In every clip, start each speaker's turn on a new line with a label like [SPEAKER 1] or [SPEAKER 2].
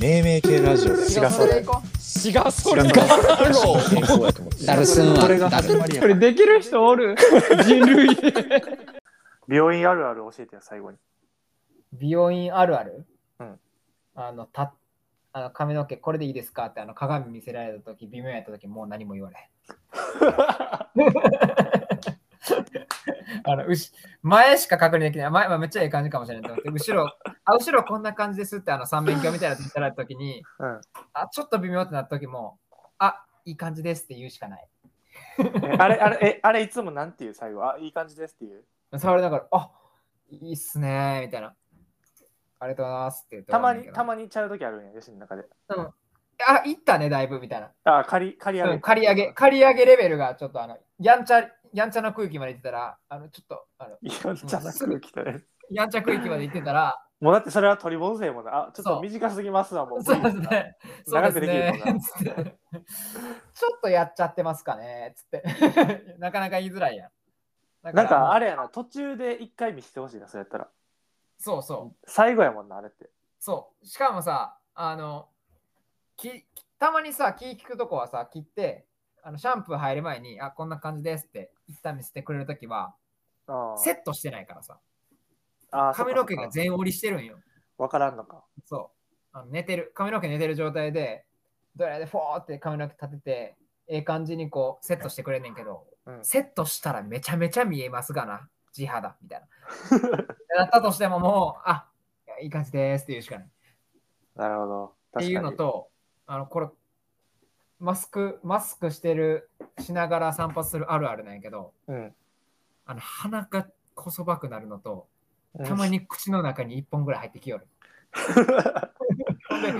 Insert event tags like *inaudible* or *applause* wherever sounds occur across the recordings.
[SPEAKER 1] 命名系ラジオだよ
[SPEAKER 2] 違うそれ行こ
[SPEAKER 3] 違うそれ
[SPEAKER 1] 違う
[SPEAKER 3] か
[SPEAKER 1] 健康やと思って
[SPEAKER 4] ダルスンは
[SPEAKER 1] これが
[SPEAKER 4] ダ
[SPEAKER 1] 始
[SPEAKER 4] ル
[SPEAKER 1] まりや
[SPEAKER 3] これできる人お
[SPEAKER 5] *laughs*
[SPEAKER 3] る人類
[SPEAKER 2] う病院あるある教えてよ最後に
[SPEAKER 5] 美容院あるある、
[SPEAKER 2] うん
[SPEAKER 5] あのたあの髪の毛これでいいですかってあの鏡見せられた時微妙やった時もう何も言われ
[SPEAKER 2] *laughs*
[SPEAKER 5] へんあのうし前しか確認できない前はめっちゃいい感じかもしれないと思って後ろあ後ろこんな感じですってあの三面鏡みたいなの見せられた時に、
[SPEAKER 2] うん
[SPEAKER 5] あちょっと微妙ってなった時もあいい感じですって言うしかない
[SPEAKER 2] えあれあれえあれいつもなんていう最後あいい感じですっていう
[SPEAKER 5] 触れながらあいいっすねーみたいなありがとうございますって言って
[SPEAKER 2] た
[SPEAKER 5] 終わ
[SPEAKER 2] ま
[SPEAKER 5] るん
[SPEAKER 2] に
[SPEAKER 5] だけど
[SPEAKER 2] たまにちゃう時あるんやよしの中で
[SPEAKER 5] あ、行ったね、だいぶみたいな。
[SPEAKER 2] あ借り借り上
[SPEAKER 5] う
[SPEAKER 2] げ
[SPEAKER 5] ん、借り上げ、借り上げレベルがちょっとあの、やんちゃ、やんちゃな区域まで行ってたら、あの、ちょっと、あの、
[SPEAKER 2] いやんちゃな空気だね
[SPEAKER 5] やんちゃ区域まで行って
[SPEAKER 2] *laughs*
[SPEAKER 5] たら、
[SPEAKER 2] もうだってそれは取り戻せんもんなあちょっ
[SPEAKER 5] そ
[SPEAKER 2] と
[SPEAKER 5] う
[SPEAKER 2] 短すぎますわもう
[SPEAKER 5] そうですね。そう
[SPEAKER 2] 長く
[SPEAKER 5] です
[SPEAKER 2] できる
[SPEAKER 5] ね
[SPEAKER 2] もんな。
[SPEAKER 5] つってちょっとやっちゃってますかね、つって。 *laughs* なかなか言いづらいやん。だ
[SPEAKER 2] なんかあ
[SPEAKER 5] れ
[SPEAKER 2] れやな途中で一回見してほしいなそれやったら
[SPEAKER 5] そうそう。
[SPEAKER 2] 最後やもんなあれって
[SPEAKER 5] そう。しかもさ、あの、きたまにさ、気聞くとこはさ、切って、あのシャンプー入る前に、あ、こんな感じですって、一旦見せてくれるときは、
[SPEAKER 2] あ
[SPEAKER 5] セットしてないからさ。
[SPEAKER 2] あ
[SPEAKER 5] 髪の毛が全折りしてるんよ。
[SPEAKER 2] 分からんのか
[SPEAKER 5] そう。あの寝てる、髪の毛寝てる状態で、ドライヤーでフォーって髪の毛立てて、ええ感じにこうセットしてくれんねんけど、
[SPEAKER 2] うん
[SPEAKER 5] セットしたらめちゃめちゃ見えますがな、地肌みた
[SPEAKER 2] *laughs*
[SPEAKER 5] いな。だったとしてももう、あいい感じですっていうしかない。っ
[SPEAKER 2] なるほど
[SPEAKER 5] ていうのと、あの、これ、マスク、マスクしてる、しながら散髪するあるあるなんやけど、
[SPEAKER 2] うん
[SPEAKER 5] あの鼻がこそばくなるのと、たまに口の中に1本ぐらい入ってきよる。
[SPEAKER 2] *laughs*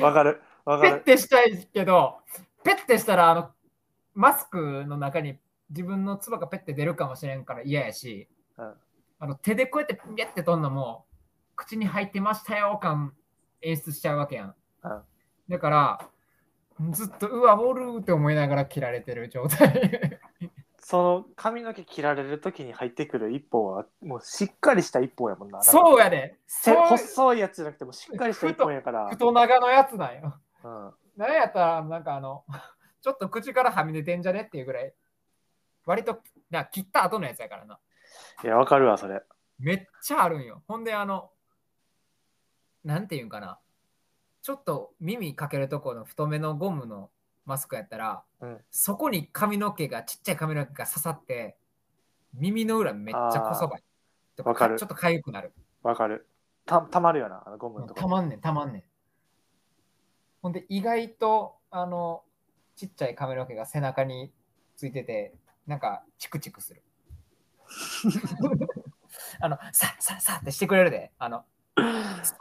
[SPEAKER 2] わかるわか
[SPEAKER 5] ペッ
[SPEAKER 2] る
[SPEAKER 5] てしたいけど、ペッてしたらあのマスクの中に自分の唾がペッて出るかもしれんから嫌やし、
[SPEAKER 2] うん
[SPEAKER 5] あの手でこうやってピャって取んのも口に入ってましたよ感演出しちゃうわけやん。
[SPEAKER 2] うん
[SPEAKER 5] だから、ずっとうわ、おるーって思いながら切られてる状態。
[SPEAKER 2] その髪の毛切られる時に入ってくる一本はもうしっかりした一本やもんな
[SPEAKER 5] そうやで、
[SPEAKER 2] せ
[SPEAKER 5] そう
[SPEAKER 2] 細いやつじゃなくてもしっかりした一本やから、
[SPEAKER 5] 太長のやつなんよ。
[SPEAKER 2] うん、
[SPEAKER 5] なんやったら、なんかあの、ちょっと口からはみ出てんじゃねっていうぐらい、割とな切った後のやつやからな。
[SPEAKER 2] いやわかるわそれ
[SPEAKER 5] めっちゃあるんよ。ほんで、あの、なんていうんかな。ちょっと耳かけるとこの太めのゴムのマスクやったら、
[SPEAKER 2] うん
[SPEAKER 5] そこに髪の毛が、ちっちゃい髪の毛が刺さって、耳の裏めっちゃこそばい。と
[SPEAKER 2] わかる
[SPEAKER 5] ちょっとかゆくなる。
[SPEAKER 2] わかるたたまるよなあのゴムのとこ
[SPEAKER 5] たまんねん、たまんねん。ほんで、意外と、あの、ちっちゃい髪の毛が背中についてて、なんか、チクチクする。 *laughs* あの、さっさっさってしてくれるで。あの、そん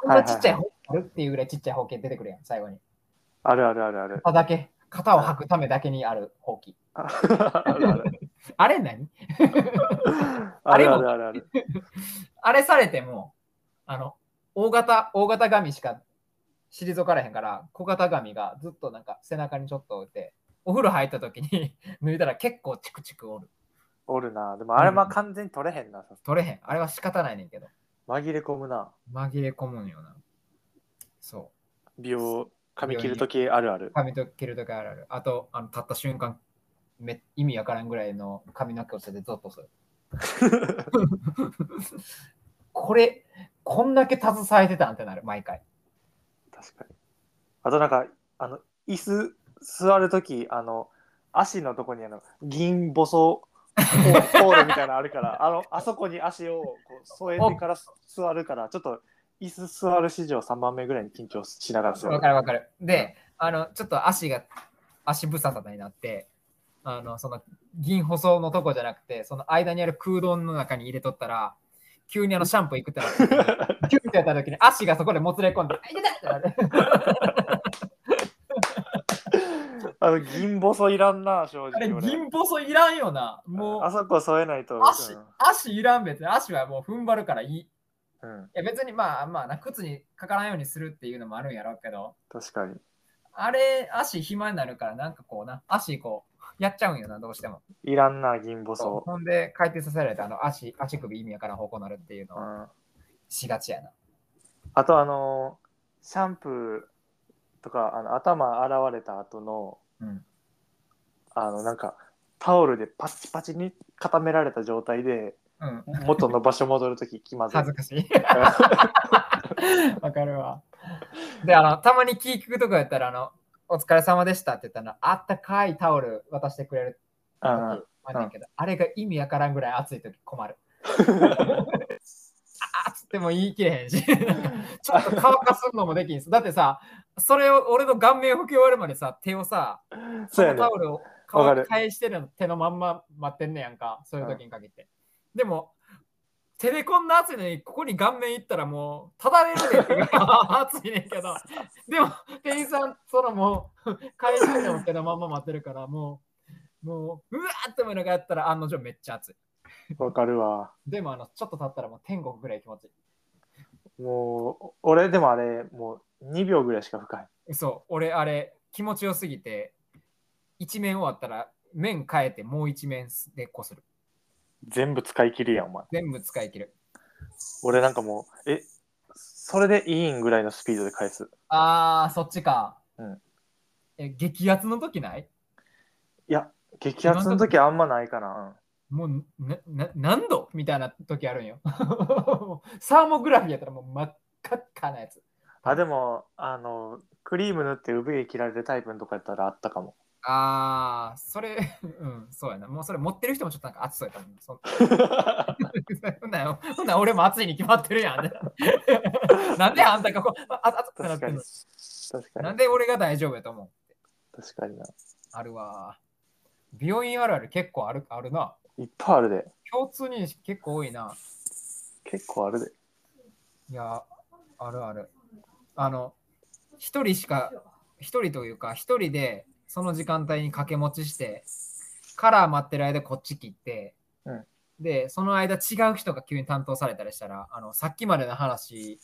[SPEAKER 5] なちっちゃい方あるっていうぐらいちっちゃい方形出てくるやん、最後に。
[SPEAKER 2] あるあるあるある
[SPEAKER 5] 肩だけ、肩を履くためだけにある方形。
[SPEAKER 2] *laughs* ああるある
[SPEAKER 5] あれ何
[SPEAKER 2] あ
[SPEAKER 5] あれ
[SPEAKER 2] る
[SPEAKER 5] も
[SPEAKER 2] あるあるある
[SPEAKER 5] あれされても、あの、大型、大型髪しか退からへんから、小型髪がずっとなんか背中にちょっと置いて、お風呂入った時に *laughs* 脱いだら結構チクチクおる。
[SPEAKER 2] おるなでもあれは完全に取れへんなさ
[SPEAKER 5] 取れへん。あれは仕方ないねんけど。
[SPEAKER 2] 紛れ込むな
[SPEAKER 5] 紛れ込むんよな。そ
[SPEAKER 2] 美容髪切る時あるある
[SPEAKER 5] う。髪と切るときあるある。あと、あの立った瞬間、め意味わからんぐらいの髪の毛をしててゾッとする。これ、こんだけ携えてたんってなる、毎回。
[SPEAKER 2] 確かにあとなんかあの椅子座る時あの足のとこにあの銀細ホールみたいなのあるからあのあそこに足をこう添えてから座るからちょっと椅子座る史上3番目ぐらいに緊張しながら座
[SPEAKER 5] わ
[SPEAKER 2] る
[SPEAKER 5] かるわかる。で、あの、ちょっと足が、足ぶさたになって、あの、その、銀細のとこじゃなくて、その間にある空洞の中に入れとったら、急にあのシャンプー行くってな *laughs* った時にキュッてやった時に足がそこでもつれ込んで、あ痛いってなる。
[SPEAKER 2] あの銀細いらんな正
[SPEAKER 5] あれ、
[SPEAKER 2] 直俺
[SPEAKER 5] 銀細いらんよな。もう
[SPEAKER 2] あ、そこ添えないと
[SPEAKER 5] 足、足いらん別に。足はもう踏ん張るからいい。い
[SPEAKER 2] うんうん、
[SPEAKER 5] や、別にまあまあな、靴にかからんようにするっていうのもあるんやろうけど、
[SPEAKER 2] 確かに
[SPEAKER 5] あれ、足暇になるから、なんかこうな、足こう、やっちゃうんよな、どうしても。
[SPEAKER 2] いらんな銀
[SPEAKER 5] そう
[SPEAKER 2] 細
[SPEAKER 5] ほんで回転させられたあの足足首意味やからん方向になるっていうの
[SPEAKER 2] う
[SPEAKER 5] を
[SPEAKER 2] ん
[SPEAKER 5] しがちやな。
[SPEAKER 2] あとあのーシャンプーとかあの頭洗われた後の
[SPEAKER 5] うん。
[SPEAKER 2] あのなんかタオルでパチパチに固められた状態で
[SPEAKER 5] うん。
[SPEAKER 2] 元の場所戻るとき気まずい
[SPEAKER 5] 恥ずか *laughs* しい。わかるわ。で、あの、たまに気聞くとこやったら、あの、お疲れ様でしたって言ったら、あったかいタオル渡してくれる時
[SPEAKER 2] うん
[SPEAKER 5] あんねんけど、あれが意味わからんぐらい暑い時困る。あーっつっても言い切れへんし、なんかちょっと乾かすのもできんす。だってさ、それを俺の顔面拭き終わるまでさ、手をさ、そ
[SPEAKER 2] そうや
[SPEAKER 5] の
[SPEAKER 2] ね
[SPEAKER 5] タオルを
[SPEAKER 2] わか
[SPEAKER 5] 乾
[SPEAKER 2] る
[SPEAKER 5] 返してるの手のまんま待ってんねやんか、そういう時に限って。でも、手でこんな暑いのに、ここに顔面いったらもう、ただれるねんっ
[SPEAKER 2] *laughs*
[SPEAKER 5] ていうか暑いねんけど、でも、店員さん、そのもう、返してるの手のまんま待ってるから、もう、もう、うわーって思いながらやったら、案の定めっちゃ暑い。
[SPEAKER 2] わかるわ
[SPEAKER 5] でも、あの、ちょっと経ったらもう天国ぐらい気持ちいい。
[SPEAKER 2] もう俺でもあれもう2秒ぐらいしか深い
[SPEAKER 5] そう、俺あれ気持ちよすぎて、一面終わったら面変えてもう一面でこする。
[SPEAKER 2] 全部使い切るやんお前
[SPEAKER 5] 全部使い切る。
[SPEAKER 2] 俺なんかもうえそれでいいんぐらいのスピードで返す
[SPEAKER 5] あー、そっちか。
[SPEAKER 2] うん
[SPEAKER 5] え激アツの時ない
[SPEAKER 2] いや激アツの時あんまないかな
[SPEAKER 5] もうなな何度みたいな時あるんよ。 *laughs* サーモグラフィーやったらもう真っ赤っかなやつ。
[SPEAKER 2] うんあでもあのクリーム塗って産毛切られるタイプのとかやったらあったか
[SPEAKER 5] *laughs*
[SPEAKER 2] も
[SPEAKER 5] あー、それ、 *laughs* うん、そうやな。もうそれ持ってる人もちょっとなんか熱そうやったもん。そんほんな *laughs* らほんなら俺も熱いに決まってるやん。 *laughs* なんであんたがこう、あ熱くな
[SPEAKER 2] 確
[SPEAKER 5] って
[SPEAKER 2] か
[SPEAKER 5] ん
[SPEAKER 2] に
[SPEAKER 5] の
[SPEAKER 2] 確か
[SPEAKER 5] なん
[SPEAKER 2] に
[SPEAKER 5] で俺が大丈夫やと思う
[SPEAKER 2] 確かにな
[SPEAKER 5] あるわ。病院あるある結構あるあるな。
[SPEAKER 2] いっぱいあるで
[SPEAKER 5] 共通認識結構多いな。
[SPEAKER 2] 結構あるで
[SPEAKER 5] いや、あるある。あの、一人しか、一人というか、一人でその時間帯に掛け持ちして、カラー待ってる間こっち切って、
[SPEAKER 2] うん
[SPEAKER 5] で、その間違う人が急に担当されたりしたら、あの、さっきまでの話、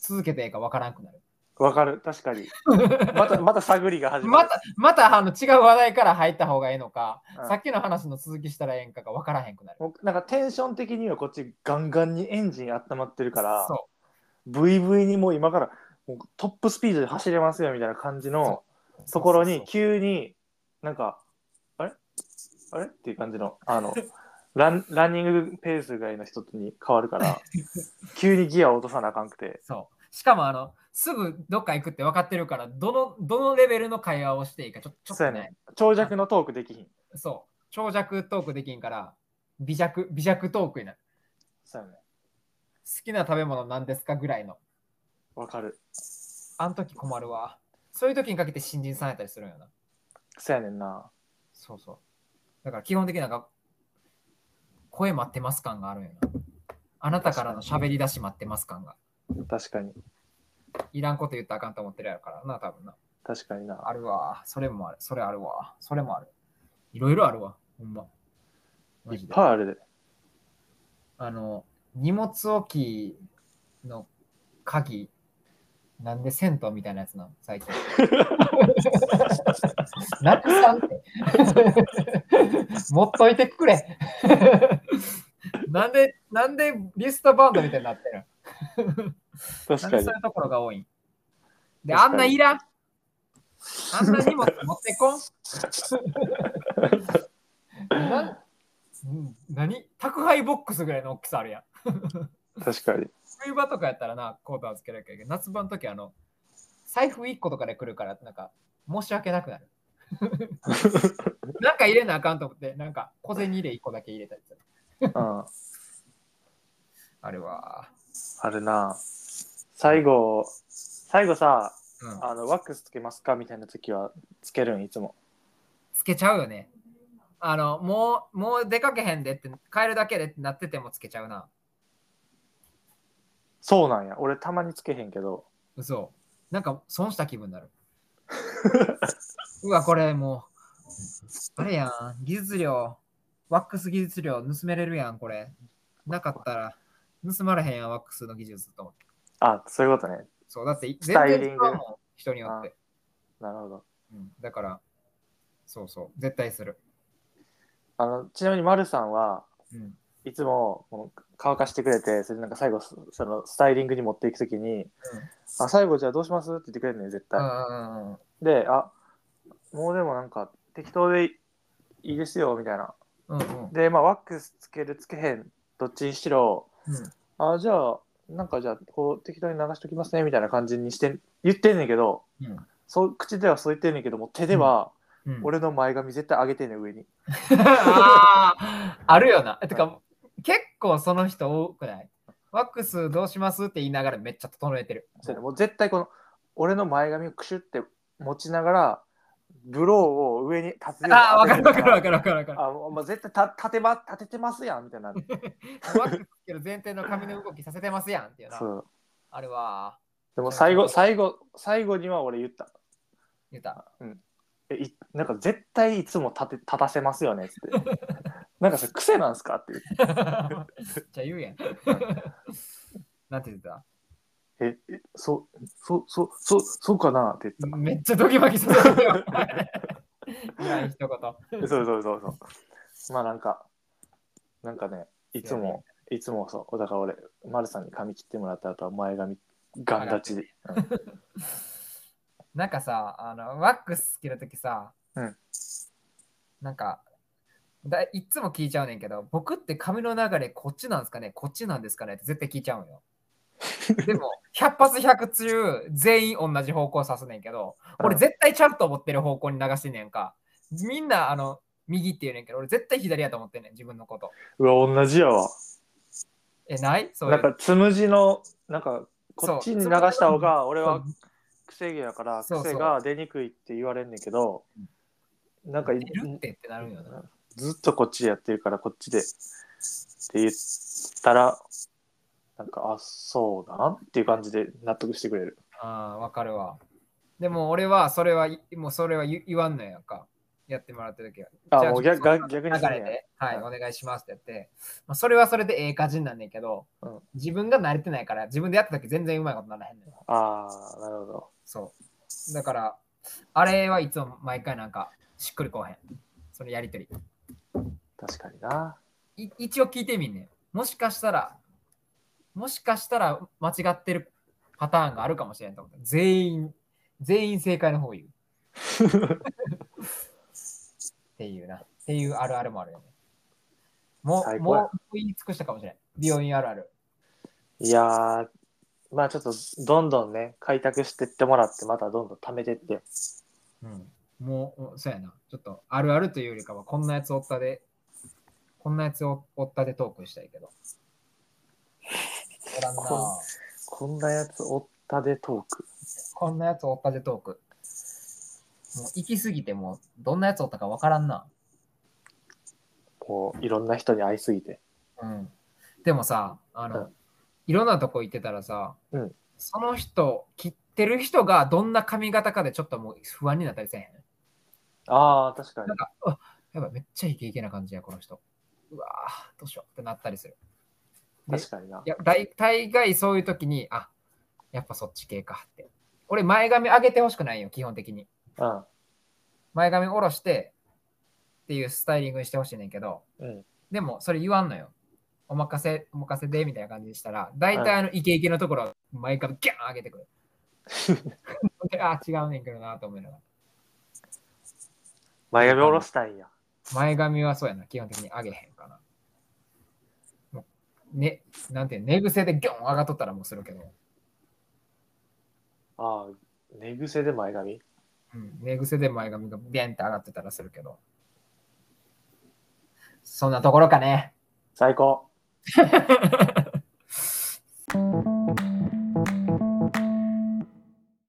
[SPEAKER 5] 続けていいかわからなくなる。
[SPEAKER 2] わかる確かにま
[SPEAKER 5] *laughs*
[SPEAKER 2] たまた探りが始ま
[SPEAKER 5] ま
[SPEAKER 2] る
[SPEAKER 5] た、またあの違う話題から入った方がいいのか、
[SPEAKER 2] うん
[SPEAKER 5] さっきの話の続きしたらええんかが分からへんくなる。
[SPEAKER 2] もうなんかテンション的にはこっちガンガンにエンジン温まってるから
[SPEAKER 5] そ
[SPEAKER 2] ブイブイにもう今からもうトップスピードで走れますよみたいな感じの
[SPEAKER 5] う。
[SPEAKER 2] ところ
[SPEAKER 5] そう
[SPEAKER 2] に
[SPEAKER 5] そう
[SPEAKER 2] 急になんかあれあれっていう感じのあの *laughs* ランランニングペース外の人に変わるから
[SPEAKER 5] *laughs*
[SPEAKER 2] 急にギアを落とさなあかんくて
[SPEAKER 5] そうそうしかもあの、すぐどっか行くって分かってるから、どのどのレベルの会話をしていいかちょちょ
[SPEAKER 2] そう
[SPEAKER 5] っと
[SPEAKER 2] や
[SPEAKER 5] ね
[SPEAKER 2] ね、長尺のトークできひん
[SPEAKER 5] そう、長尺トークできんから、微弱、微弱トークになる。
[SPEAKER 2] そうやね
[SPEAKER 5] 好きな食べ物なんですかぐらいの。
[SPEAKER 2] わかる
[SPEAKER 5] あの時困るわ。そういう時にかけて新人さんやったりするんよな。
[SPEAKER 2] そうやねんな
[SPEAKER 5] そうそう。だから基本的になんか、声待ってます感があるんよな。あなたからの喋り出し待ってます感が。
[SPEAKER 2] 確かに
[SPEAKER 5] いらんこと言ったらあかんと思ってるやろからな、多分な。
[SPEAKER 2] 確かにな
[SPEAKER 5] あるわ。それもある。それあるわ。それもある。いろいろあるわ。ほんま。マ
[SPEAKER 2] いっ
[SPEAKER 5] ジで。
[SPEAKER 2] ぱいあるで
[SPEAKER 5] あの、荷物置きの鍵、なんで銭湯みたいなやつなの最
[SPEAKER 2] *laughs*
[SPEAKER 5] 近。なくさんって。持っといてく
[SPEAKER 2] *laughs*
[SPEAKER 5] れ。なんで、なんでリストバンドみたいになってるのな
[SPEAKER 2] 確
[SPEAKER 5] ん
[SPEAKER 2] か
[SPEAKER 5] で
[SPEAKER 2] に
[SPEAKER 5] そういうところが多いんで、あ
[SPEAKER 2] 確
[SPEAKER 5] ん
[SPEAKER 2] かに
[SPEAKER 5] ないらん。あんな荷物持って
[SPEAKER 2] *laughs*
[SPEAKER 5] こん。なうん何宅配ボックスぐらいの大きさあるやん。
[SPEAKER 2] 確かに
[SPEAKER 5] 冬場とかやったらな、コートはつけなきゃいけないけど、夏場の時あの、財布1個とかで来るから、なんか、申し訳なく
[SPEAKER 2] *laughs*
[SPEAKER 5] なる。なんか入れなあかんと思って、なんか、小銭入れ1個だけ入れたりする。
[SPEAKER 2] うん
[SPEAKER 5] あれは。
[SPEAKER 2] あるな最後最後さ
[SPEAKER 5] うん。
[SPEAKER 2] あのワックスつけますかみたいな時はつけるんいつも
[SPEAKER 5] つけちゃうよね。あの、もう、もう出かけへんでって、帰るだけでってなっててもつけちゃうな。
[SPEAKER 2] そうなんや俺たまにつけへんけど
[SPEAKER 5] 嘘。なんか、損した気分に
[SPEAKER 2] *laughs*
[SPEAKER 5] なる。うわ、これもう、あれやん、技術量、ワックス技術量盗めれるやん、これ。なかったら、盗まれへんやん、ワックスの技術と思って。
[SPEAKER 2] あそういうことね
[SPEAKER 5] そう、だって、全
[SPEAKER 2] スタイリ
[SPEAKER 5] 然
[SPEAKER 2] ング
[SPEAKER 5] 違うもん、人によって。
[SPEAKER 2] なるほど
[SPEAKER 5] うん、だから、そうそう、絶対する。
[SPEAKER 2] あのちなみに丸さんは
[SPEAKER 5] うん。
[SPEAKER 2] いつもこの乾かしてくれて、それでなんか最後、そそのスタイリングに持っていくときに、あ、最後じゃあどうしますって言ってくれるのよ、絶
[SPEAKER 5] う
[SPEAKER 2] 対。
[SPEAKER 5] んうん
[SPEAKER 2] で、あ、もうでもなんか適当でいいですよ、みたいな。
[SPEAKER 5] うんうん
[SPEAKER 2] で、まあ、ワックスつけるつけへん、どっちにしろ、あ、じゃあ、なんかじゃあ、こう適当に流しときますね、みたいな感じにして、言ってんねんけど、
[SPEAKER 5] うん
[SPEAKER 2] そう口ではそう言ってんねんけども、手では
[SPEAKER 5] うんうん
[SPEAKER 2] 俺の前髪絶対上げてんねん、上に。
[SPEAKER 5] あーある
[SPEAKER 2] *laughs*
[SPEAKER 5] よな。てか、結構その人多くないワックスどうしますって言いながらめっちゃ整えてる。
[SPEAKER 2] そうやねもう絶対この、俺の前髪をクシュって持ちながら、ブローを上に立つように
[SPEAKER 5] ああ、わかる
[SPEAKER 2] 当
[SPEAKER 5] わ
[SPEAKER 2] て
[SPEAKER 5] か
[SPEAKER 2] て
[SPEAKER 5] るわ
[SPEAKER 2] か
[SPEAKER 5] かるわかるわからる。
[SPEAKER 2] あ、もうもう絶対た立てま、立ててますやん、みたいな。
[SPEAKER 5] ワックスけど前提の髪の動きさせてますやんっていうな
[SPEAKER 2] そ。う。
[SPEAKER 5] あれは、
[SPEAKER 2] でも最後、最後、最後には俺言った。
[SPEAKER 5] 言
[SPEAKER 2] *laughs*
[SPEAKER 5] った。
[SPEAKER 2] えいなんか絶対いつも立て立たせますよねっつって *laughs* なんかそれ癖なんすかって言って
[SPEAKER 5] じゃあ言うやん。なんて言ってた
[SPEAKER 2] ええそうそうそうそうそうかなって言っ
[SPEAKER 5] めっちゃドキマキさせてるよ。 *laughs* いや、一言。 *laughs*
[SPEAKER 2] たそうそうそうそうまあなんかなんかねいつもいつもそうだから俺丸さんに髪切ってもらった後は前髪ガン立ちで、うん
[SPEAKER 5] なんかさ、あの、ワックスつけるときさ、
[SPEAKER 2] うん
[SPEAKER 5] なんか、だいっつも聞いちゃうねんけど、僕って髪の流れこっちなんですかねこっちなんですかねって絶対聞いちゃ
[SPEAKER 2] *laughs*
[SPEAKER 5] うんよ。でも、100発100中、全員同じ方向指すねんけど、俺
[SPEAKER 2] うん
[SPEAKER 5] 絶対ちゃうと思ってる方向に流してんねんか。みんな、あの、右って言うねんけど、俺絶対左やと思ってんねん、自分のこと。
[SPEAKER 2] うわ同じやわ
[SPEAKER 5] え、ないそうい
[SPEAKER 2] なん
[SPEAKER 5] う。
[SPEAKER 2] かつむじのなんかこっちに流した方が俺
[SPEAKER 5] そう
[SPEAKER 2] は癖毛やから
[SPEAKER 5] そうそう
[SPEAKER 2] 癖が出にくいって言われんねんけどなんか
[SPEAKER 5] 出るってってなるんよな。
[SPEAKER 2] ずっとこっちでやってるからこっちでって言ったらなんかあそうだなっていう感じで納得してくれる
[SPEAKER 5] ああ、わかるわ。でも俺はそれはいもうそれは言言わんのやんか。やってもらってる時は。
[SPEAKER 2] あ
[SPEAKER 5] じゃ
[SPEAKER 2] もう逆
[SPEAKER 5] その
[SPEAKER 2] 逆逆にす
[SPEAKER 5] 流
[SPEAKER 2] んねや
[SPEAKER 5] れで、はい、
[SPEAKER 2] う
[SPEAKER 5] お願いしますってやって、まあ、それはそれでええ感じなんねんけど、
[SPEAKER 2] うん
[SPEAKER 5] 自分が慣れてないから、自分でやった時全然うまいことならへんのよ。
[SPEAKER 2] ああなるほど
[SPEAKER 5] そう。だから、あれはいつも毎回なんか、しっくりこうへん。そのやりとり。
[SPEAKER 2] 確かにない
[SPEAKER 5] 一応聞いてみんねん。もしかしたら、もしかしたら間違ってるパターンがあるかもしれんと思って。全員、全員正解の方言う。っていうな。っていうあるあるもあるよね。もう、
[SPEAKER 2] 最高
[SPEAKER 5] もう
[SPEAKER 2] や
[SPEAKER 5] もう言い尽くしたかもしれん。美容院あるある。
[SPEAKER 2] いやーまあちょっとどんどんね開拓してってもらってまたどんどん貯めてって
[SPEAKER 5] うん。もう、おそうやな。ちょっとあるあるというよりかは、こんなやつおったで、こんなやつおったでトークしたいけど。おらんなあ
[SPEAKER 2] こんなやつおったでトーク
[SPEAKER 5] こんなやつおったでトーク。もう行き過ぎてもうどんなやつおったかわからんな。
[SPEAKER 2] もういろんな人に会いすぎて
[SPEAKER 5] うん。でもさ、あの、
[SPEAKER 2] うん
[SPEAKER 5] いろんなとこ行ってたらさ、
[SPEAKER 2] うん
[SPEAKER 5] その人、切ってる人がどんな髪型かでちょっともう不安になったりせえへん。
[SPEAKER 2] ああ確かに
[SPEAKER 5] なんか、うわやばい、めっちゃイケイケな感じや、この人。うわぁ、どうしようってなったりする。で
[SPEAKER 2] 確かにない
[SPEAKER 5] や、大大概そういう時に、あ、やっぱそっち系かって。俺、前髪上げてほしくないよ、基本的に。
[SPEAKER 2] うん
[SPEAKER 5] 前髪下ろしてっていうスタイリングにしてほしいねんけど、
[SPEAKER 2] うん
[SPEAKER 5] でもそれ言わんのよ。お任せ、お任せでみたいな感じにしたら、大体あのイケイケのところは前髪ギャーン上げてく
[SPEAKER 2] *laughs*
[SPEAKER 5] る。であー、違うねんけどなと思いながら。
[SPEAKER 2] 前髪下ろしたいんや
[SPEAKER 5] 前髪はそうやな、基本的に上げへんかな。もうね、なんていうの寝癖でギョン上がっとったらもうするけど、
[SPEAKER 2] ああ寝癖で前髪
[SPEAKER 5] うん、寝癖で前髪がビャンって上がってたらするけど。そんなところかね。
[SPEAKER 2] 最高